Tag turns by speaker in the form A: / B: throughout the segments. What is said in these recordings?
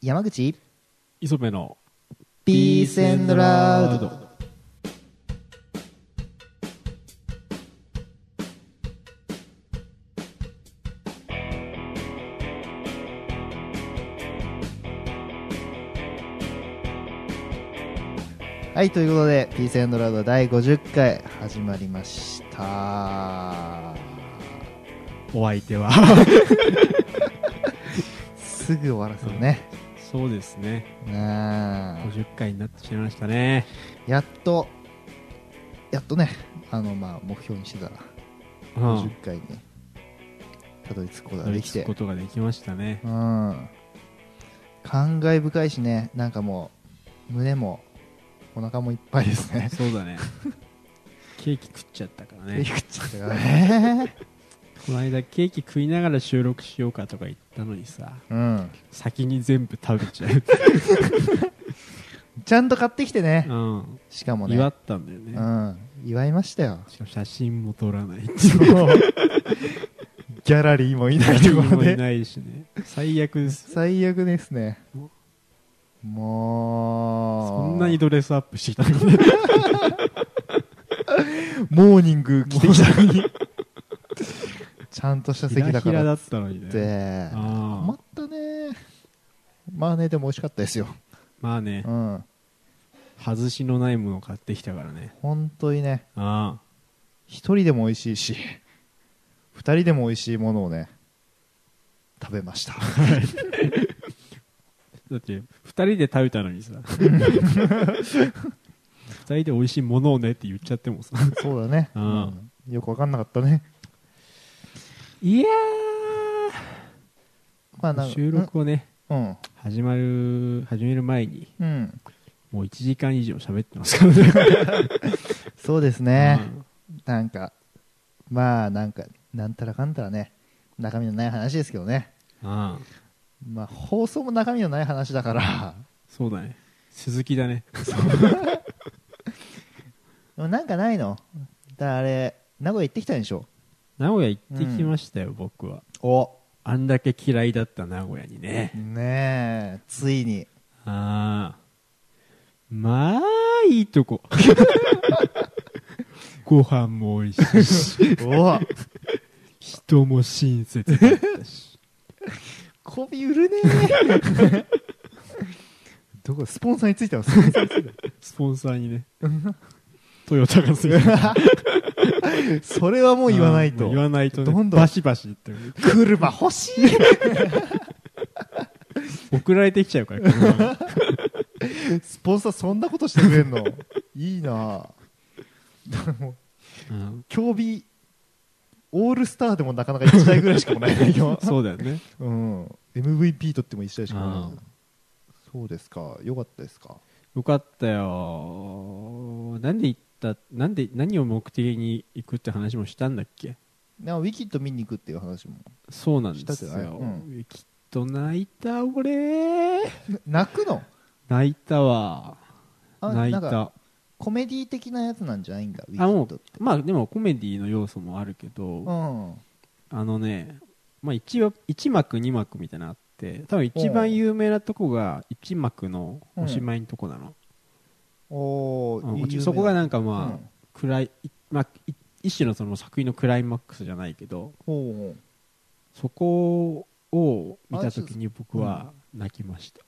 A: 山口
B: 磯部の
A: ピースエンドラウドはいということでピースエンドラウド第50回始まりました
B: お相手は
A: すぐ終わらせるね、
B: そうですね
A: うん、
B: 50回になってしまいましたね
A: やっとやっとねあのまあ目標にしてた
B: うん
A: 50回にたどり着くことが
B: 乗
A: で
B: り
A: き
B: 切
A: て
B: ることができましたね
A: うん感慨深いしねなんかもう胸もお腹もいっぱいですね
B: そうだね ケーキ食っちゃったから ね
A: 食っちゃったからね
B: この間ケーキ食いながら収録しようかとか言ったのにさ
A: うん
B: 先に全部食べちゃう
A: ちゃんと買ってきてね
B: うん
A: しかもね
B: 祝ったんだよ
A: う
B: ね
A: ん祝いましたよ
B: しかも写真も撮らない
A: ギャラリーもいない
B: 誰
A: とこ
B: も
A: ろ
B: い
A: で
B: ないしね最悪です
A: 最悪ですねもう
B: そんなにドレスアップしてきたのに
A: モーニング着てきた のにちゃんとした
B: ひら
A: 席だ
B: ひ
A: から
B: だ
A: らっ
B: ったのにね
A: て
B: あ
A: 困
B: あ
A: ったねまあねでも美味しかったですよ
B: まあね
A: うん
B: 外しのないものを買ってきたからね
A: 本当にね
B: ああ
A: 一人でも美味しいし二人でも美味しいものをね食べました
B: だって2人で食べたの にさ2人で美味しいものをねって言っちゃってもさ
A: そうだね、
B: うん
A: うんよく分かんなかったね
B: いや
A: まあなんか
B: 収録をね
A: うん
B: 始まる始める前に
A: うん
B: もう1時間以上喋ってますからね
A: そうですね、なんかまあなんかなんたらかんたらね中身のない話ですけどね
B: うん ああ
A: まあ放送も中身のない話だから
B: そうだね鈴木だね
A: でもなんかないのだからあれ名古屋行ってきたんでしょ
B: 名古屋行ってきましたよ、僕は
A: お
B: あんだけ嫌いだった名古屋にね
A: ねえつい に
B: ああ。まあ、いいとこ。 ご飯も美味しいし、
A: お
B: 人も親切だったし。
A: こび売る ねえどこスポンサーについてはスポンサーについて
B: スポンサーにね、トヨタがついて
A: はそれはもう言わないと
B: うん言わないとね、
A: どんどん
B: バシバシ言ってる
A: 車欲しい
B: 送られてきちゃうから、車が
A: スポンサーそんなことしてくれんの いいなあもう
B: うん
A: 競技オールスターでもなかなか1台ぐらいしかもらえ ないよ
B: そうだよね。
A: うん、MVP 取っても1台しかもらえな
B: う
A: い
B: ん
A: そうですかよかったですか
B: よかったよ。なんで行った、なんで、何を目的に行くって話もしたんだっけ
A: なんかウィキッド見に行くっていう話も
B: そうなんです
A: したけど
B: よ。
A: ね
B: きっと泣いた、俺。
A: 泣くの
B: 泣いたわ
A: あ
B: 泣い
A: なんか
B: た
A: コメディ的なやつなんじゃないんだウィキ
B: あも
A: ッ
B: う
A: ドって
B: まあでもコメディの要素もあるけど、
A: うん
B: あのね、まあ、1, 話一幕2幕みたいなのあって多分一番有名なとこが1幕のおしまいのとこなの、
A: おー
B: うん
A: いい有名
B: そこがなんか
A: う
B: まあ、
A: ん
B: 暗い、まあ、い一種のその作品のクライマックスじゃないけど
A: ほうほう
B: そこを見た時に僕は泣きました、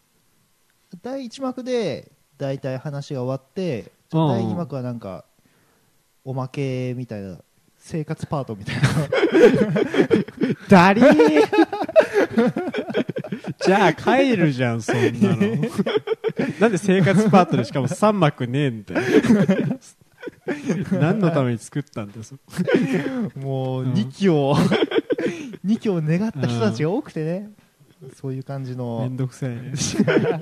A: 第1幕で大体話が終わって
B: うん
A: 第2幕はなんかおまけみたいな生活パートみたいな
B: だりー じゃあ帰るじゃん、そんなの。なんで生活パートでしかも3幕ねえんだよ。何のために作ったんです
A: もう
B: うん
A: 2期を2期を願った人たちが多くてねそういう感じ
B: め
A: の
B: んどくさいね。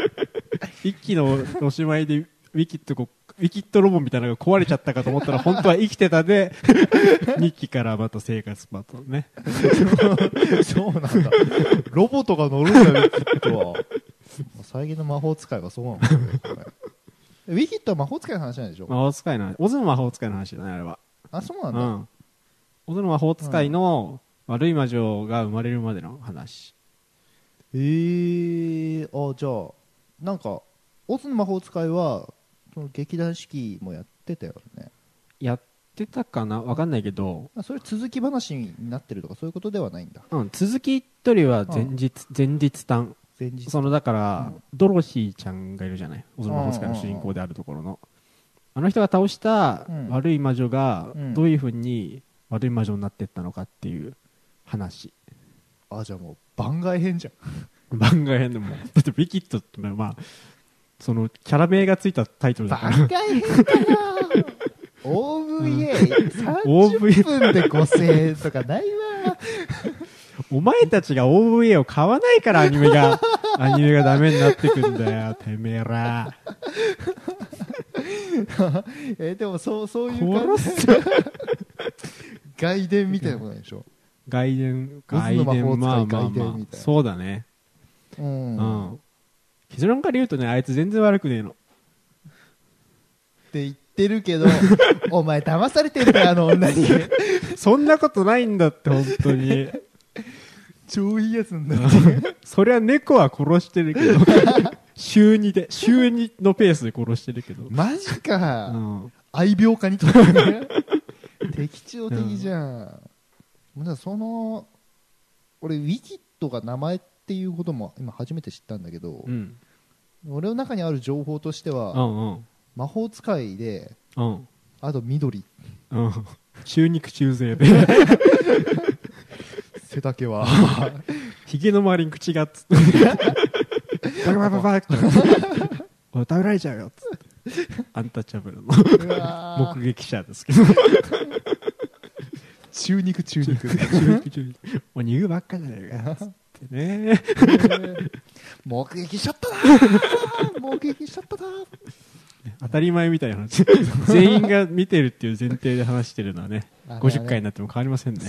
B: 一期のおしまいでウィキッドこウィキッドロボみたいなのが壊れちゃったかと思ったら本当は生きてたで、2期からまた生活パートね。
A: そうなんだロボとか乗るんだよウィキッドは最近の魔法使いはそうなのかねこれウィキッドは魔法使いの話なんでしょ
B: 魔法使いの話、オズの魔法使いの話だね、あれは。
A: あそうなん
B: う
A: だ、
B: ん。オズの魔法使いの悪い魔女が生まれるまでの話。
A: えー、あじゃあなんかオズの魔法使いはその劇団四季もやってたよね
B: やってたかなわかんないけど、
A: あそれ続き話になってるとかそういうことではないんだ
B: うん、続き一人は前日、前日短
A: 前日
B: そのだから、
A: うん
B: ドロシーちゃんがいるじゃない「オズの魔法使い」の主人公であるところのあの人が倒した
A: うん
B: 悪い魔女が
A: うん
B: どういうふうに悪い魔女になっていったのかっていう話
A: あじゃあもう番外編じゃん
B: 番外編でもだってビキッドってのはまあそのキャラ名がついたタイトルだから
A: 番外編かな OVA30
B: OVA
A: 分で5000円とかないわ
B: お前たちが OVA を買わないからアニメ がアニメがダメになってくんだよてめえら
A: えでもそうそういう感じ
B: 殺す
A: 外伝みたいなことなんでしょ、
B: 外伝
A: オズの魔法使い
B: 外伝まあまあ
A: 外伝
B: ま
A: み
B: あ
A: たいな
B: そうだね
A: うん
B: うん結論から言うとねあいつ全然悪くねえの
A: って言ってる けどお前騙されてるからあの女 に
B: そんなことないんだって本当に
A: 超いいやつになって る
B: そりゃ猫は殺してるけど 週2で週2のペースで殺してるけど、
A: マジ
B: う
A: か、
B: ん、
A: 愛病家にとってね 敵調的じゃん、もうだからその俺ウィキッドが名前っていうことも今初めて知ったんだけど
B: う、ん
A: 俺の中にある情報としては、
B: うんうん
A: 魔法使いで
B: うん
A: あと緑
B: うん中肉中背で
A: 背丈 は
B: ひげの周りに口がっつってバカバカバカっておい食べられちゃうよっつってアンタッチャブルの
A: うわー
B: 目撃者です けど中
A: 中肉中肉
B: 肉中背お肉ばっかじゃねえかっつってね
A: 目撃しちゃったな ー目撃しちゃったなー
B: 当たり前みたいな 話全員が見てるっていう前提で話してるのはね
A: あれ
B: 50回になっても変わりませんね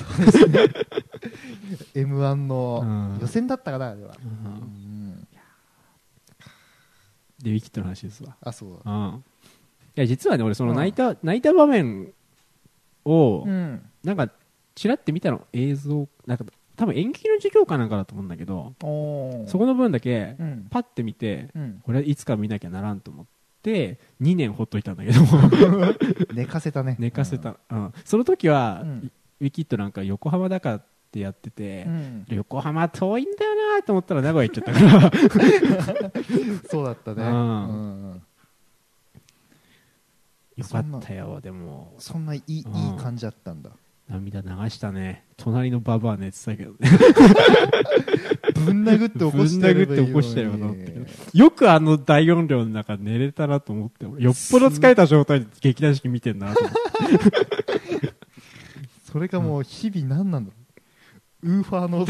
A: m 1の
B: うん
A: 予選だったかなあれは、
B: う
A: うんん、
B: でウィキッドの話ですわ
A: あそう
B: うんいや実はね俺その泣いた、泣いた場面を
A: うん
B: なんかちらって見たの映像なんか多分演劇の授業かなんかだと思うんだけど
A: おー
B: そこの部分だけ
A: うん
B: パッて見て
A: うん、
B: これはいつか見なきゃならんと思って2年ほっといたんだ けど
A: 寝かせたね
B: 寝かせた、うんその時は、
A: うん
B: ウィキッドなんか横浜だからってやってて、
A: うん、
B: 横浜遠いんだよなと思ったら名古屋行っち ゃったから
A: そうだったね、
B: うん
A: うん
B: よかったよでも
A: そんないい,、
B: うん
A: いい感じだったんだ
B: 涙流したね隣のババア寝てたけどね
A: ぶん殴って起こしてればいいのに
B: ぶん殴って起こしてればよかったけどよくあの大音量の中寝れたなと思って俺よっぽど疲れた状態で劇団四季見てんなと 思って
A: それかもう日々何なんだろう、ウーファーの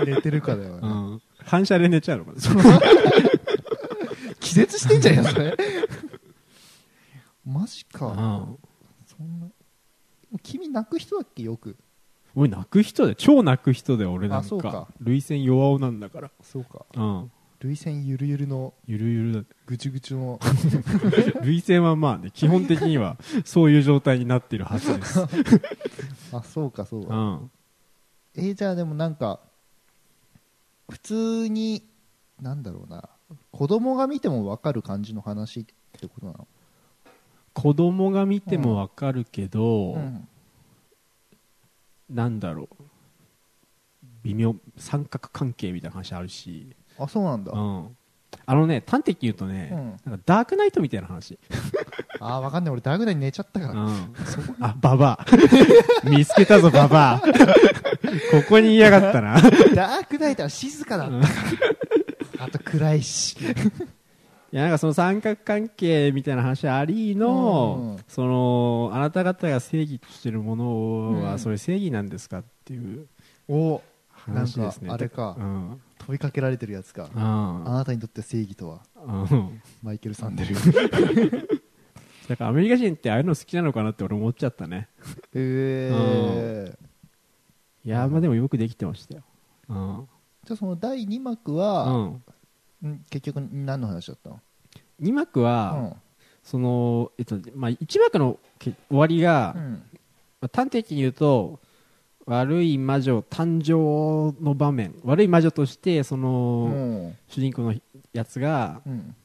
A: 音で寝てるかだよね、
B: うん反射で寝ちゃうのかな
A: 気絶してんじゃんよそれマジか、
B: うん
A: そんな君泣く人だっけよく
B: 俺泣く人で超泣く人で俺な
A: あそ
B: ん
A: う
B: か
A: か
B: 涙腺弱男なんだから
A: そうか
B: うん
A: 涙腺ゆるゆるの
B: ゆるゆるだ
A: ぐちゅぐちゅの
B: 涙腺はまあね 基本的にはそういう状態になってるはずです、
A: あそうかそう
B: う
A: か
B: ん、
A: えーじゃあでもなんか普通になんだろうな子供が見てもわかる感じの話ってことなの
B: 子供が見てもわかるけど、
A: うん
B: なんだろう微妙三角関係みたいな話あるし、
A: あそうなんだ、
B: う
A: あ
B: ん、あのね端的に言うとね、
A: う
B: なんかダークナイトみたいな話、
A: あーわかんない俺ダーグナイト寝ちゃったから、
B: そこあババア 見つけたぞババア ここにいやがったな
A: ダークナイトは静かだったからあと暗いし
B: いやなんかその三角関係みたいな話ありの、
A: うん
B: そのあなた方が正義としてるもの
A: うん
B: はそれ正義なんですかっていう
A: おなん
B: 話で
A: か
B: すね
A: あれか、
B: うん
A: 飛びかけられてるやつか、
B: うん
A: あなたにとって正義とは
B: うん
A: マイケル・サンデル
B: だからアメリカ人ってああいうの好きなのかなって俺思っちゃったね
A: えー、
B: いやーまあでもよくできてましたようん、
A: じゃあその第2幕
B: う
A: は、
B: ん、
A: ん結局何の話だったの
B: 2幕は、その、えっとまあ、1幕のけ終わりが、
A: うん
B: まあ端的に言うと悪い魔女誕生の場面悪い魔女としてそうの、
A: ん
B: 主人公のやつが
A: うん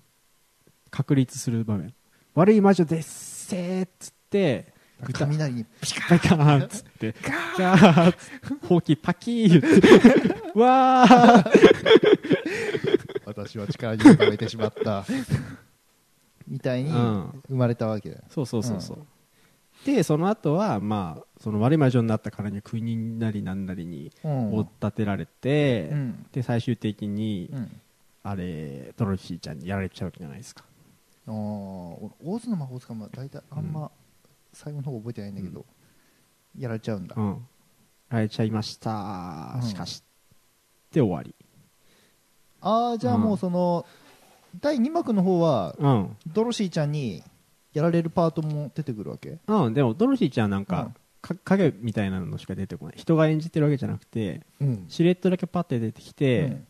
B: 確立する場面悪い魔女ですせーっつって豚
A: 雷にピカ
B: ガカーンっつってガーンっつってほうきパキーン言 ってわー
A: 私は力に働いてしまった みたいに生まれたわけだよ、
B: そうそうそうそう、でその後はまあその悪い魔女になったからには国なりなんなりに
A: うん
B: 追っ立てられて、
A: うん
B: で最終的に、
A: うん
B: あれドロシーちゃんにやられちゃうわけじゃないですか
A: あーオーズの魔法使いも大体あんま最後の方覚えてないんだけど、やられちゃうんだ、
B: うんやられちゃいました、
A: うん
B: しかしで終わり
A: ああじゃあもうその、第2幕の方は
B: うん
A: ドロシーちゃんにやられるパートも出てくるわけ
B: うん、でもドロシーちゃんなん
A: うん
B: か,か、影みたいなのしか出てこない人が演じてるわけじゃなくて
A: うん
B: シルエットだけパッて出てきて、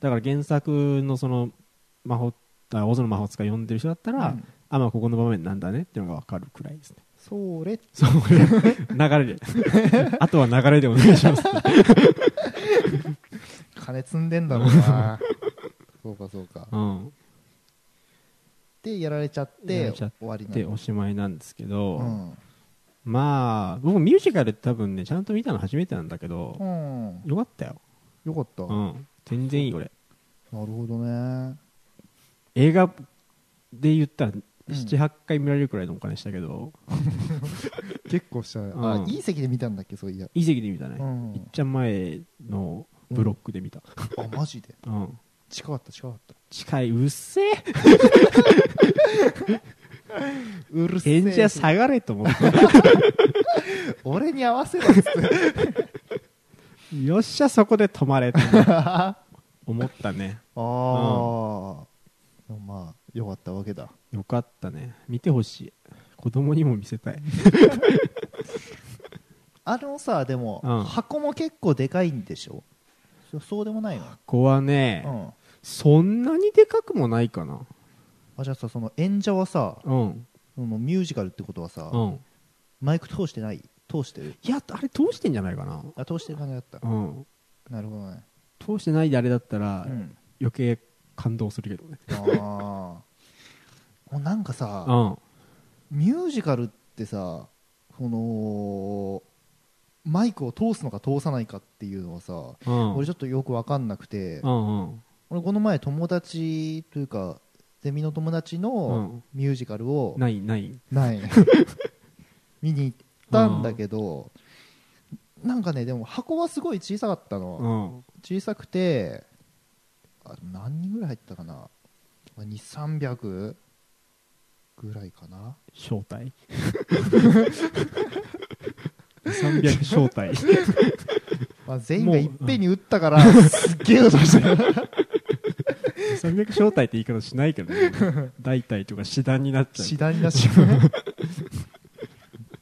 B: だから原作のその魔法あオズの魔法使い読んでる人だったら、
A: うん
B: あまあここの場面なんだねっていうのが分かるくらいですね
A: それ
B: そう流れで あとは流れでお願い します
A: 金積んでんだろうな そうかそうか
B: うん
A: でやられちゃっ
B: やら
A: て
B: れち
A: 終
B: ゃって
A: わりな
B: で
A: の
B: おしまいなんですけど、
A: うん
B: まあ僕ミュージカル多分ねちゃんと見たの初めてなんだけど、
A: うん
B: よかったよ、
A: よかった
B: う、
A: なん
B: 全然いい俺
A: るほどね
B: 映画で言ったら
A: ん
B: 78回見られるくらいのお金したけど、
A: 結構したね
B: う
A: あ
B: ん
A: いい席で見たんだっけそういや
B: いい席で見たね、
A: うん
B: いっちゃん前のブロックで見た、
A: あマジで
B: うん
A: 近かった近かった
B: 近いうっせえ
A: うるせえ
B: 演者下がれと思って
A: 俺に合わせろっつって
B: よっしゃそこで止まれと
A: あ
B: 思ったね
A: あーでもまあよかったわけだ
B: よかったね見てほしい子供にも見せたい
A: あのさでも、
B: うん
A: 箱も結構でかいんでしょそそうでもないの、
B: ここはね、
A: うん、
B: そんなにでかくもないかな
A: あじゃあさその演者はさ
B: うん
A: そのミュージカルってことはさ、
B: うん
A: マイク通してない通してる
B: いやあれ通してんじゃないかな
A: あ通してる感じだった、
B: うん
A: なるほどね、
B: 通してないであれだったら、
A: うん、
B: 余計感動するけどね
A: あーもうなんかさ、
B: うん
A: ミュージカルってさこのマイクを通すのか通さないかっていうのはさ、
B: うん
A: 俺ちょっとよく分かんなくて、
B: うんうん
A: 俺この前友達というかゼミの友達のミュージカルを、
B: ないない
A: ない見に行ったんだけど、なんかねでも箱はすごい小さかったの、
B: うん
A: 小さくてあ何人ぐらい入ったかな2300ぐらいかな
B: 招 待300招待
A: まあ、全員がいっぺんに打ったから、すっげえことした よ
B: 300招待って言い方しないけどね 大体とか師団になっちゃう
A: 次第だし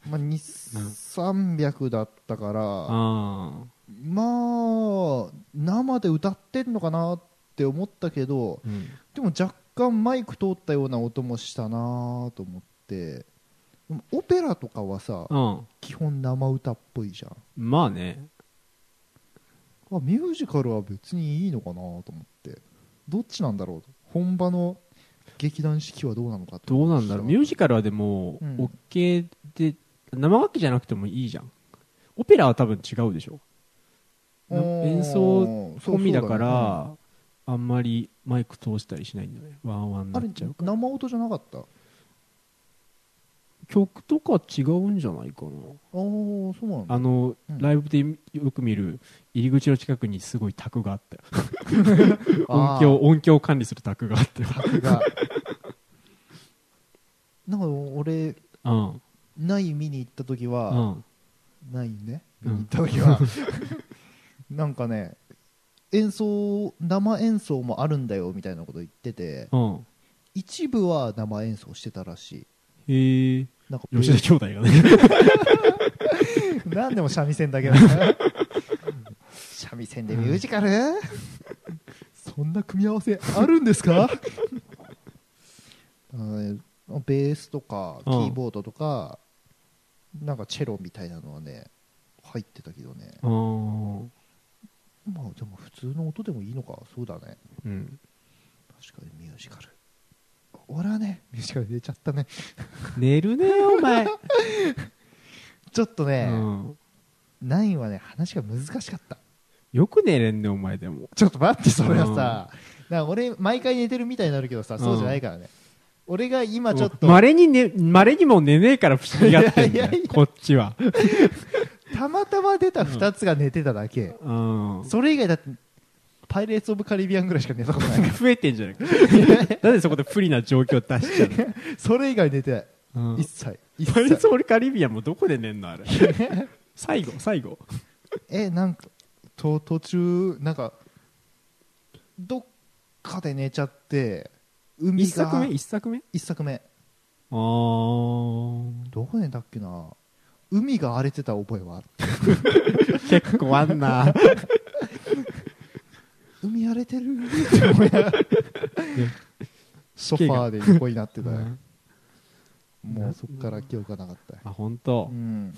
A: まあに300だったから
B: あ
A: まあ生で歌ってんのかなって思ったけど
B: あうん
A: でも若干マイク通ったような音もしたなと思ってでもオペラとかはさ
B: うん
A: 基本生歌っぽいじゃん
B: まあね
A: あミュージカルは別にいいのかなと思ってどっちなんだろうと本場の劇団四季はどうなのかと
B: どうなんだろうミュー
A: ジ
B: ジカルはでも
A: うん
B: OK で生楽器じゃなくてもいいじゃんオペラは多分違うでしょ演奏込みだからあんまりマイク通したりしないんだよねワンワンにな
A: あ
B: っ
A: れ
B: ちゃうから
A: 生音じゃなかったあ
B: 曲とか違うんじゃないかな
A: あーそうなんだ
B: あの、
A: うん
B: ライブでよく見る入り口の近くにすごい卓があったよ音響音響管理する卓があ ったよ、
A: 響が なんか俺
B: うん
A: ない見に行った時
B: う
A: は、
B: ん、
A: ないね見
B: うん
A: に行った時は、 なんかね演奏生演奏もあるんだよみたいなこと言ってて
B: うん、
A: 一部は生演奏してたらしい
B: へえ
A: なんか
B: 吉田兄弟がね
A: なんでも三味線だけなんだ 三味線でミュージカル、そんな組み合わせあるんですかあのねベースとかキ
B: うん
A: ーボードとか、なんかチェロみたいなのはね入ってたけどね
B: あー
A: まあでも普通の音でもいいのかそうだね
B: うん
A: 確かにミュージカル俺はねミュージカル出ちゃったね
B: 寝るねお前、
A: ちょっと
B: う
A: ね、
B: ん、
A: ナインはね話が難しかった
B: よく寝れんねお前でも
A: ちょっと待ってそれはさ、なんか俺毎回寝てるみたいになるけどさそうじゃないからね、俺が今ちょっと、
B: まれにね稀にも寝ねえから不思議が ってん
A: いやい
B: だ
A: やい
B: よ
A: や
B: こっちは
A: たまたま出た2つが寝てただけ、
B: うん
A: それ以外だってパイレーツ・オブ・カリビアンぐらいしか寝たことないか
B: 増えてんじゃないか
A: ら
B: なんでそこで不利な状況出しちゃ
A: それ以外寝てない、
B: うの、うん、
A: 一切一
B: パリ
A: 切
B: ソールカリビアンもどこで寝んのあれ最後最後
A: えなんかと途中なんかどっかで寝ちゃって海が
B: 一作目一作目
A: 一作目
B: あー
A: どこで寝たっけな海が荒れてた覚えはある
B: 結構あんな
A: 海荒れてるって思いながらソファーで横になってたよ、
B: うん
A: もうそっから記憶がなかったよ
B: あ本当
A: う。ん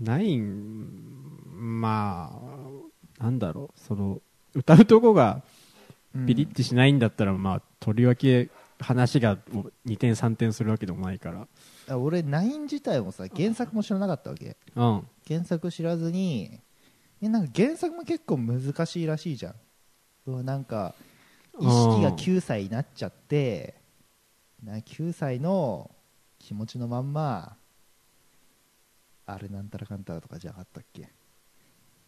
B: ナインまあなんだろうその歌うとこが
A: うん
B: ピリッてしないんだったら、まあとりわけ話が2点3点するわけでもないから
A: あ俺ナイン自体もさ原作も知らなかったわけ
B: うん
A: 原作知らずにえなんか原作も結構難しいらしいじゃんうわなんか意識が9歳になっちゃってな9歳の気持ちのまんまあれなんたらかんたらとかじゃなかったっけ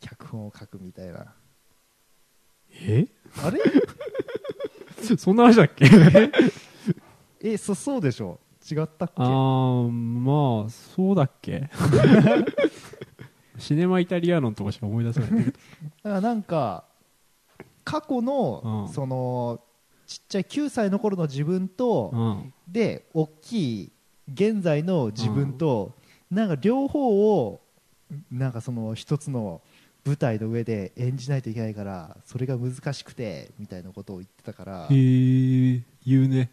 A: 脚本を書くみたいな
B: え
A: あれ
B: そんな話だっ け
A: えそそうでしょ違ったっけ
B: あーまあそうだっけ シネマイタリアノンとかしか思い出せないんだけど
A: だからなんか過去の、
B: うん
A: そのちっちゃい9歳の頃の自分と、
B: うん
A: で大きい現在の自分と、なんか両方をなんかその一つの舞台の上で演じないといけないからそれが難しくてみたいなことを言ってたから
B: へえ言うね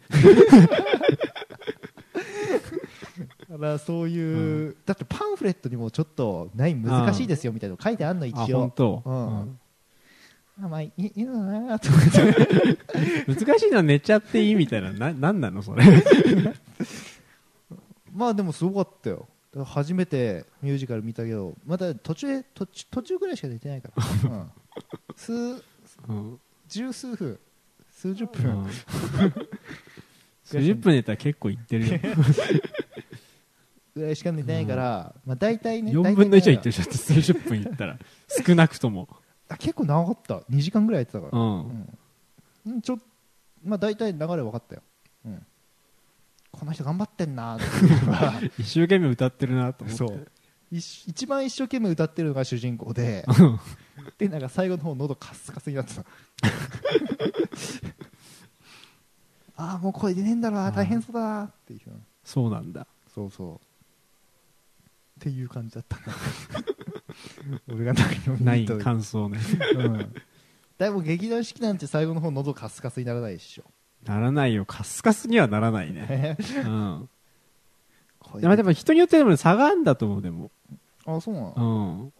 A: だからそういう、だってパンフレットにもちょっとない難しいですよみたいなの書いてあんの一
B: あ本
A: 応
B: 当、
A: うんあまあいいいいのかなと思って
B: うん難しいのは寝ちゃっていいみたいなななんなのそれ
A: まあでもすごかったよだから初めてミュージカル見たけどまだ途中で途中途中ぐらいしか出てないから、 うん、数
B: うん
A: 十数分数十
B: う
A: 分、
B: ん10分寝たら結構いってるよ
A: ぐらいしか寝てないから、まあ大体ね
B: 4分の1はいいってるじゃん数十分いったら少なくとも
A: あ結構長かった2時間ぐらいやってた
B: う
A: から、
B: ん、
A: うんうんちょまあ大体流れ分かったよ、うん、この人頑張ってんなーっていうのが
B: 一生懸命歌ってるなと思って
A: そう一一番一生懸命歌ってるのが主人公ででなんか最後の方喉カッスカスになってたああもう声出ねえんだろな大変そうだなっていう
B: そうなんだ
A: そうそうっていう感じだ ったな俺が何を見
B: ない
A: た時
B: 感想ね
A: うんだいぶ劇団四季なんて最後の方喉カスカスにならないで しょ
B: ならないよカスカスにはならないね、
A: こ
B: う
A: れ
B: ん、でもでも人によってでも差があるんだと思うでも、
A: あそうなの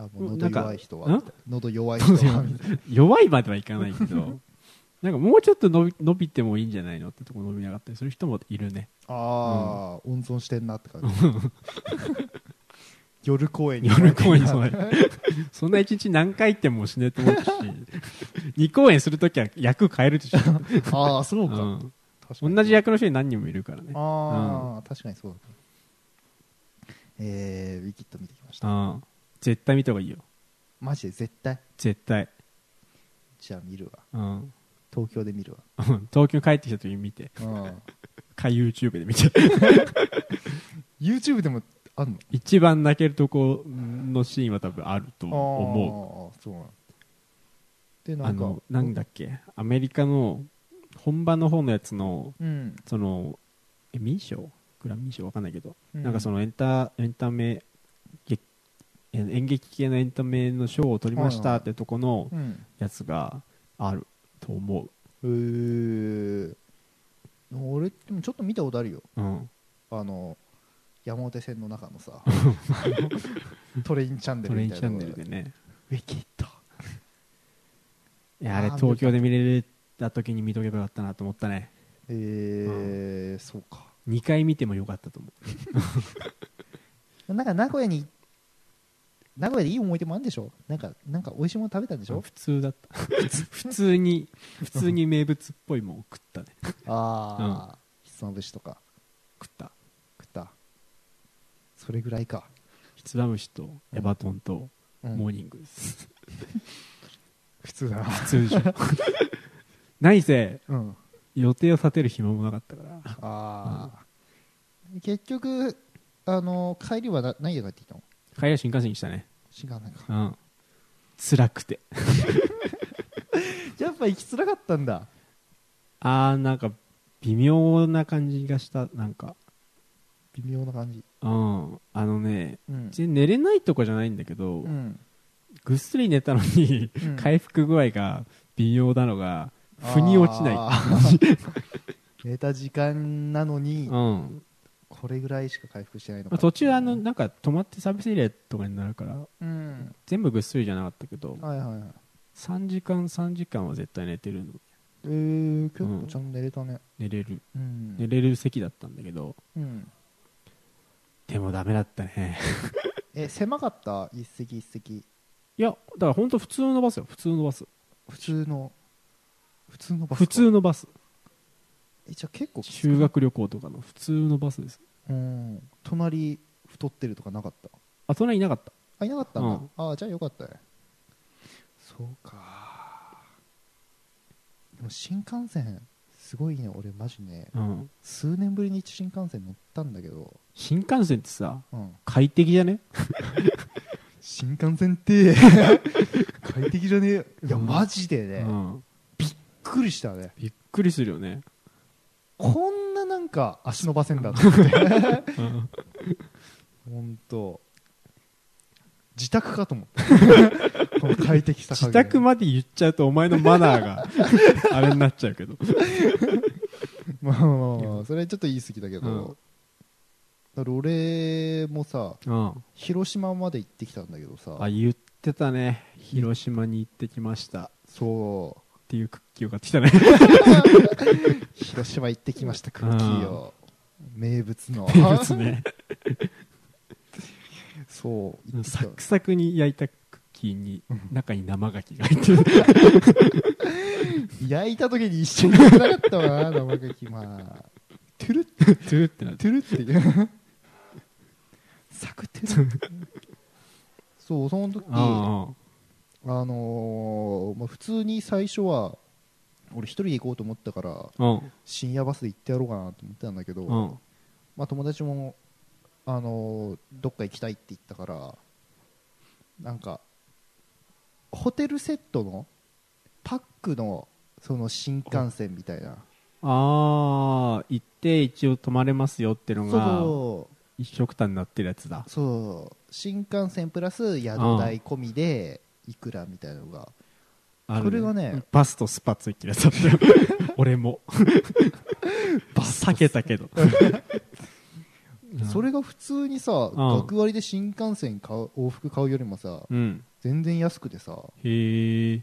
B: うん、
A: あもう喉弱い人
B: な
A: は
B: んか
A: 喉弱い人は
B: 弱いまではいかないけ どなんかもうちょっと伸び伸びてもいいんじゃないのってとこ伸びなかったりする人もいるね
A: ああ温存してんなって感じ 夜公演に
B: 夜公演そうそんな一日何回行っても死ねえと思うし 二公演するときは役変えるでしょ、
A: ああそううか
B: ん
A: 確かに
B: 同じ役の人に何人もいるからね
A: ああ確かにそうだえーウィキッド見てきました
B: うん絶対見た方がいいよ
A: マジで絶対
B: 絶対、
A: じゃあ見るわ
B: うん、
A: 東京で 見るわ
B: 東京帰ってきたときに見て
A: うん
B: か YouTube で見て
A: YouTube でもあんの
B: 一番泣けるとこのシーンは多分あると思う
A: うそうなんだでな
B: あ
A: んか
B: のなんだっけアメリカの本場の方のやつの
A: うん、
B: そのエミー賞グラミー賞わかんないけど、
A: う
B: なんかそのエンタエンタメ劇え演劇系のエンタメの賞を取りまし
A: はい
B: た
A: はい
B: ってとこの
A: うん
B: やつがあると思
A: へー俺でもちょっと見たことあるよ
B: う、うん、
A: あの山手線の中の さトレインチャンネ
B: ト
A: ル
B: レイ
A: み
B: ン
A: た
B: チ
A: い
B: ャ
A: なの
B: ンネ
A: で
B: ルでね
A: ウィキッド
B: いやあれ
A: あー
B: 東京で見れた時に見とけばよかったなと思ったね
A: えーそうか
B: 2回見てもよかったと思う
A: なんか名古屋に名古屋でいい思い出もあるんでしょなんかなんか美味しいもの食べたんでしょ
B: 普通だった 普通に普通に名物っぽいもん食ったね
A: ああ、ひつまぶしとか
B: 食った
A: 食ったそれぐらいか、
B: ひつまぶしとエバトンと
A: うん
B: モーニングです、
A: 普通だな
B: 普通じゃん何せ
A: うん
B: 予定を立てる暇もなかったから
A: ああ、結局あの帰りはな何で帰ってきたの
B: 帰りは新幹線にしたね
A: 違うなんか
B: うん辛くて
A: やっぱ行きづらかったんだ
B: あーなんか微妙な感じがしたなんか
A: 微妙な感じ
B: うんあのね
A: うん
B: 全然寝れないとかじゃないんだけど、
A: うん
B: ぐっすり寝たのに、
A: うん
B: 回復具合が微妙なのが腑に落ちない
A: あー寝た時間なのに
B: うん
A: これぐらいしか回復してないの
B: ま
A: か
B: あ、途中あのなんか泊まってサービスエリアとかになるから
A: うん
B: 全部ぐっすりじゃなかったけど
A: はいはいはい
B: 3時間3時間は絶対寝てるの
A: えー、結構ちゃんと寝れたね
B: 寝れる
A: うん
B: 寝れる席だったんだけど
A: うん
B: でもダメだったね
A: え狭かった一席一席
B: いやだから本当普通のバスよ普通のバス
A: 普通の普通のバスか
B: 普通のバス
A: えじゃあ結構きつく
B: 修学旅行とかの普通のバスです
A: うん隣太ってるとかなかった
B: あ隣いなかった
A: あいなかったんだ、
B: うん
A: ああじゃあよかったねそうかでも新幹線すごいね俺マジね
B: うん
A: 数年ぶりに新幹線乗ったんだけど、
B: 新幹線ってさ
A: うん、
B: 快適じゃね
A: 新幹線って 快適じゃねえよいや
B: うん
A: マジでね、
B: う
A: びっ
B: ん
A: くりしたね
B: びっくりするよね、
A: こんななんか足伸ばせんだと思って
B: うん
A: 本当自宅かと思 ったこの快適さ加減
B: 自宅まで言っちゃうとお前のマナーが あれになっちゃうけど
A: まあまあまあまあそれちょっと言い過ぎだけど、
B: うん
A: だから俺もさ
B: うん
A: 広島まで行ってきたんだけどさ
B: あ言ってたね広島に行ってきましたっ
A: そう
B: ていうクッキーを買ってきたね
A: 広島行ってきましたクッキーを名物の
B: 名物ね
A: そう行ってき
B: サ
A: た
B: クサクに焼いたクッキーに中に生牡蠣が入 ってる
A: 焼いた時に一緒に行けなかったわな生牡蠣まあトゥルッ
B: トゥルってなって
A: トゥルっていうサクトゥルそうその時
B: あ
A: あのーまあ、普通に最初は俺一人で行こうと思ったから
B: あうん
A: 深夜バスで行ってやろうかなと思ってたんだけど、
B: うん
A: まあ、友達も、あのーどっか行きたいって言ったからなんかホテルセットのパックのその新幹線みたいな
B: ああ行って一応泊まれますよってのが
A: そう
B: 一食単になってるやつだ
A: そう新幹線プラス宿代込みでいくらみたいなのが
B: ある
A: それがね
B: バスとスパついてるやつだったよ俺も
A: バ
B: 避けたけど
A: それが普通にさ、
B: ん
A: 学割で新幹線買う往復買うよりもさ、
B: うん
A: 全然安くてさ
B: へえ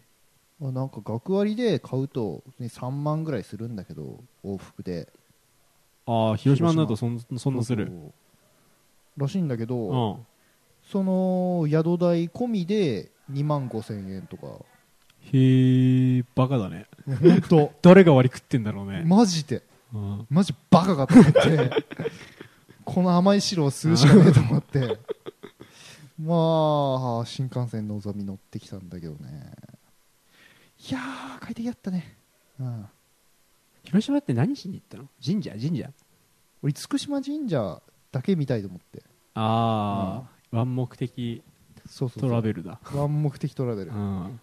A: あなんか学割で買うと普通に3万ぐらいするんだけど往復で
B: ああ広島になるとそんそんなする
A: そうらしいんだけど、
B: うん
A: その宿代込みで2万5千円とか
B: へえバカだね
A: 本当
B: 誰が割り食ってんだろうね、
A: マジで
B: うん
A: マジバカかと思って この甘い汁を吸うしかねえと思ってまあ新幹線のぞみ乗ってきたんだけどねいやー快適だったね、うん、
B: 広島って何しに行ったの神社神社
A: 俺厳島神社だけ見たいと思って
B: ああ、ワン目的
A: そうそうそう
B: トラベルだ
A: ワン目的トラベル
B: うん、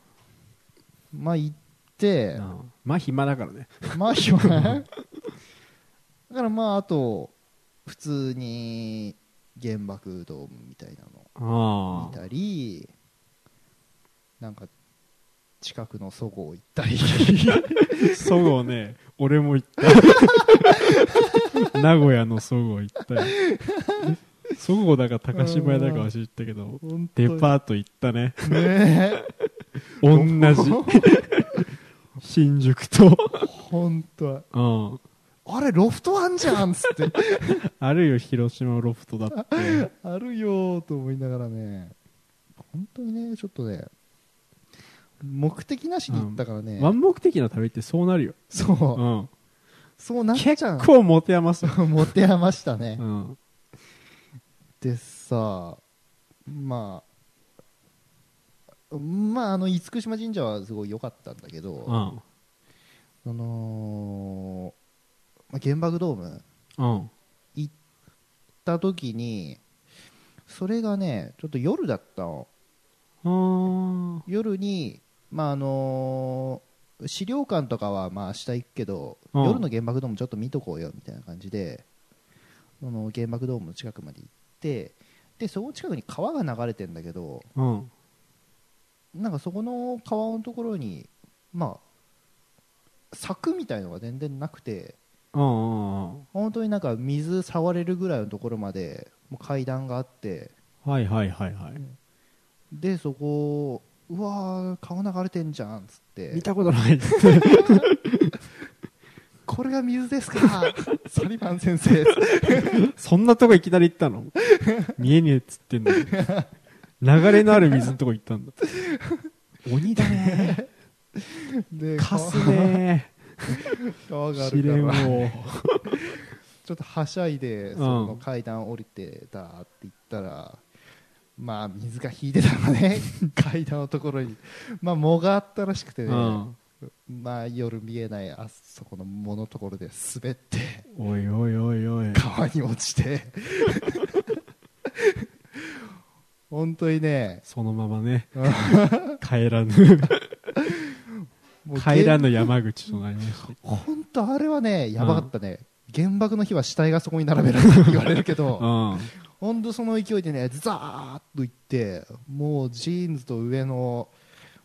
A: まあ行って
B: うんまあ暇だからね
A: まあ暇だからまああと普通に原爆ドームみたいなの
B: あ
A: 見
B: あ
A: たりなんか近くのそごう行ったり
B: そごうね俺も行った名古屋のそごう行ったよそごうだか高島屋だかは知ったけど
A: 本当
B: デ
A: に
B: パート行ったね
A: ね
B: 同じ新宿 と、
A: 本当は
B: うん、
A: あれロフトあんじゃんっつって
B: あるよ広島ロフトだって
A: あるよーと思いながらね本当にねちょっとね目的なしに行ったからね、
B: ワン目的の旅ってそうなるよ、
A: そう、
B: うん、
A: そうなっちゃう
B: 結構持て余すよ、
A: 持て余したね、
B: うん、
A: でさまあまああの厳島神社はすごい良かったんだけど、
B: うん
A: あのーまあ、原爆ドーム
B: うん
A: 行った時にそれがねちょっと夜だったの
B: あ
A: 夜にまああのー資料館とかはまあ明日行くけど、
B: うん
A: 夜の原爆ドームちょっと見とこうよみたいな感じであの原爆ドームの近くまで行ってでそこの近くに川が流れてんだけど
B: ーうん
A: なんかそこの川のところにまあ柵みたいのが全然なくて
B: うんうんうん
A: 本当になんか水触れるぐらいのところまでもう階段があって
B: はいはいはいはい、
A: でそこうわー川流れてんじゃんっつって
B: 見たことない
A: これが水ですか サリバン先生
B: そんなとこいきなり行ったの見えねえっつってんのに流れのある水のとこ行ったんだ鬼 だね
A: で
B: かすね
A: 川がある
B: 試
A: か
B: 練
A: ら
B: を
A: ちょっとはしゃいで
B: ん
A: その階段降りてだーって言ったら、まあ水が引いてたの ね階段のところにまあ藻があったらしくてね、
B: うん
A: まあ夜見えないあそこの藻のところで滑って
B: おいおいおいおい
A: 川に落ちて 本当にね
B: そのままね
A: うん
B: 帰らぬ
A: もう
B: 帰らぬ山口となりま した
A: 本当あれはねやばかったね、原爆の日は死体がそこに並べられるって言われるけど、
B: うん
A: ほんとその勢いでねザーッといってもうジーンズと上の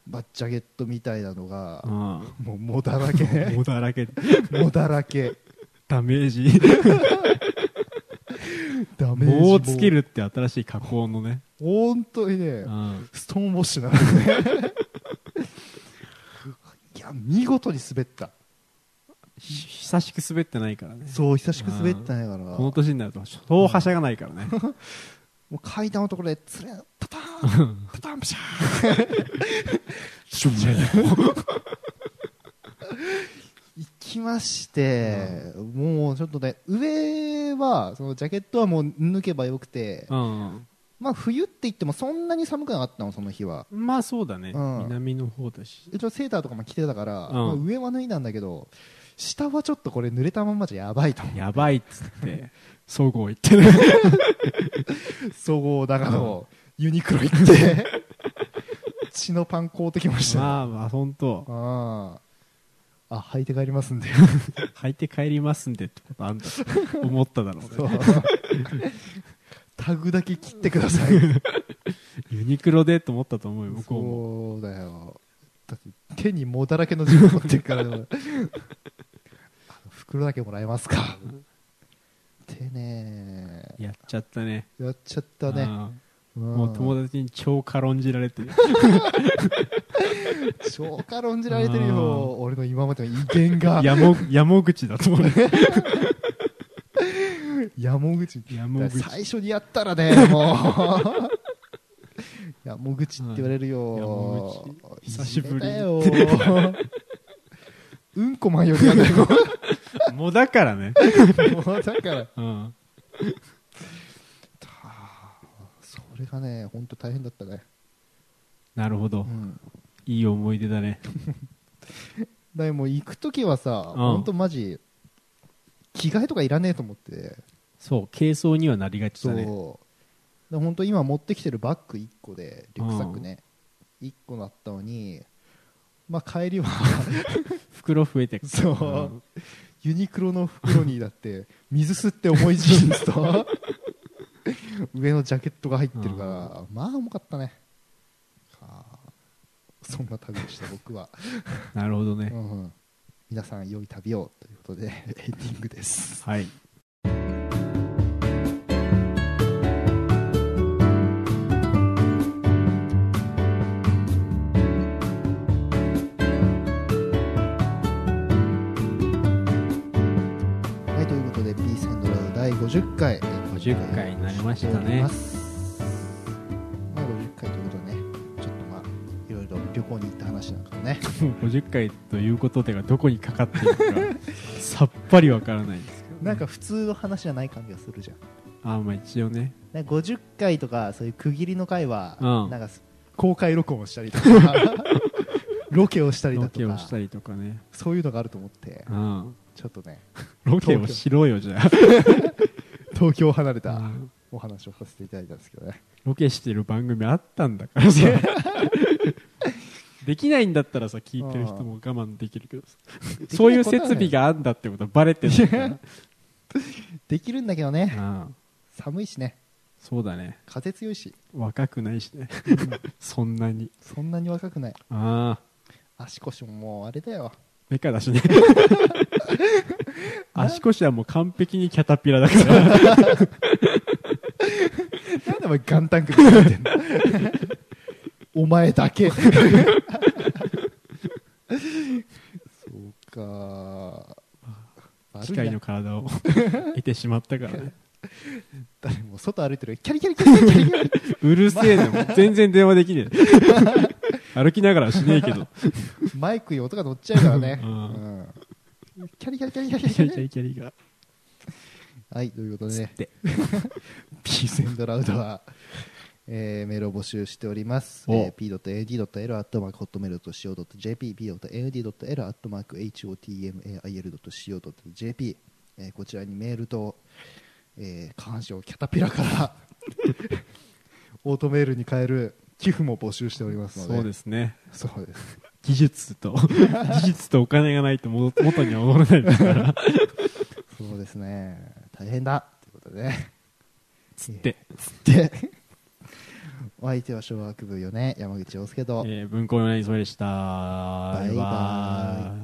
A: バッジャケットみたいなのが、
B: うん
A: もうもだらけね
B: もだらけ
A: もだらけ
B: ダメージ
A: ダメージ
B: 棒をつけるって新しい加工のね
A: 本当にね
B: うん
A: ストーンウォッシュなのね いや見事に滑った
B: ひ久しく滑ってないからね
A: そう久しく滑ってないから
B: この年になるとそうはしゃがない からね
A: もう階段のところでつれパターンパターンプシャー行きまして、もうちょっとね上はそのジャケットはもう抜けばよくて、
B: うん
A: まあ冬って言ってもそんなに寒くなかったのその日は
B: まあそうだね、
A: うん
B: 南の方だし
A: 一応セーターとかも着てたから、
B: うん
A: まあ上は脱いだんだけど下はちょっとこれ濡れたまんまじゃやばいと
B: やばいっつ って総合行ってね
A: 総合長野、ユニクロ行って血のパン買うてきましたよ、
B: まあまあ本当
A: あああ履いて帰りますんで
B: 履いて帰りますんでってことあんだ 思っただろう
A: そう
B: ね
A: タグだけ切ってください
B: ユニクロでと思ったと思うよ向こうも
A: そうだよだって手にもだらけの自分持ってる からあの袋だけもらえますかってね
B: やっちゃったね
A: やっちゃったね
B: うんも
A: も
B: う友達に超軽んじられ てる
A: 達超過論じられてる
B: う
A: よ俺の今までの威厳が
B: やもやも口だと思うね
A: 山口
B: やも口
A: 最初にやったらねも う山口って言われるよ
B: うん山口久しぶり
A: いじめだ ようんこまんよりやだよ
B: もうだからね、
A: もうだから
B: うん、
A: それがね本当大変だったね
B: なるほど
A: うん
B: いい思い出だね
A: だからもう行く時はさ、
B: ん
A: ほんとマジ着替えとかいらねえと思って
B: そう軽装にはなりがち
A: そ
B: だ
A: う、
B: ね
A: で本当今持ってきてるバッグ1個でリュックサックね、1個だったのにまあ帰 りは
B: 袋増えてく
A: そう、
B: ん
A: ユニクロの袋にだって水吸って重いジーンズ と上のジャケットが入ってるから、まあ重かったねはあそんな旅でした僕は
B: なるほどね、
A: うんうん皆さん良い旅をということでエンディングです
B: はい
A: 第50回
B: 50回になりまし
A: して
B: た
A: おり
B: ね
A: ますまあ50回ということでねちょっとまあいろいろ旅行に行った話なんかもね
B: 50回ということでがどこにかかっているかさっぱりわからないんですけどね、
A: なんか普通の話じゃない感じがするじゃん
B: あまあ一応ね
A: なんか50回とかそういう区切りの回は、
B: うん
A: なんかす公開録音をしたりとか ロケをしたりだ
B: ロ
A: と
B: ケを
A: か
B: したりとかね、
A: そういうのがあると思って
B: うん、
A: ちょっとね
B: ロケをしろよじゃ
A: 東京を離れ
B: あ、う
A: た
B: ん
A: お話をさせていただいたんですけどね
B: ロケしてる番組あったんだからさ できないんだったらさ聞いてる人も我慢できるけどさそういう設備があんだってことはバレてるんだから
A: できるんだけどね
B: うん
A: 寒いしね
B: そうだね
A: 風強いし
B: 若くないしね そんなに
A: そんなに若くない
B: ああ
A: 足腰ももうあれだよ
B: メカだ しね足腰はもう完璧にキャタピラだから
A: なんでお前元旦首になってん のお前だけそうか悪いな
B: 機械の 体を得てしまったからね
A: 誰も外歩いてるキャリキャリキャリキャリキャリキャ
B: うるせえでも全然電話できね え歩きながらはしねえけど
A: リマイクに音が乗っちゃうからね、
B: う
A: うんキャリキャリキャリキャ
B: キ
A: リ
B: ャリ
A: キ
B: キ
A: ャ
B: ャ
A: リ
B: リキャリキャリが
A: はいということで
B: つっ
A: ね
B: て
A: ピースエンドラウドは、えーメールを募集しております、
B: お
A: えー、p.ad.l.hotmail.co.jp p.ad.l.hotmail.co.jp、えーこちらにメールと、えー、下半身をキャタピラから オートメールに変える寄付も募集しておりますので
B: そうですね
A: そうです
B: 技術と 技術とお金がないとも元には戻らない ですから
A: そうですね大変だということでね
B: つって、
A: でお相手は小学部4年山口洋介と、
B: えー文庫のないそれでした
A: バイバイ
B: バイバイ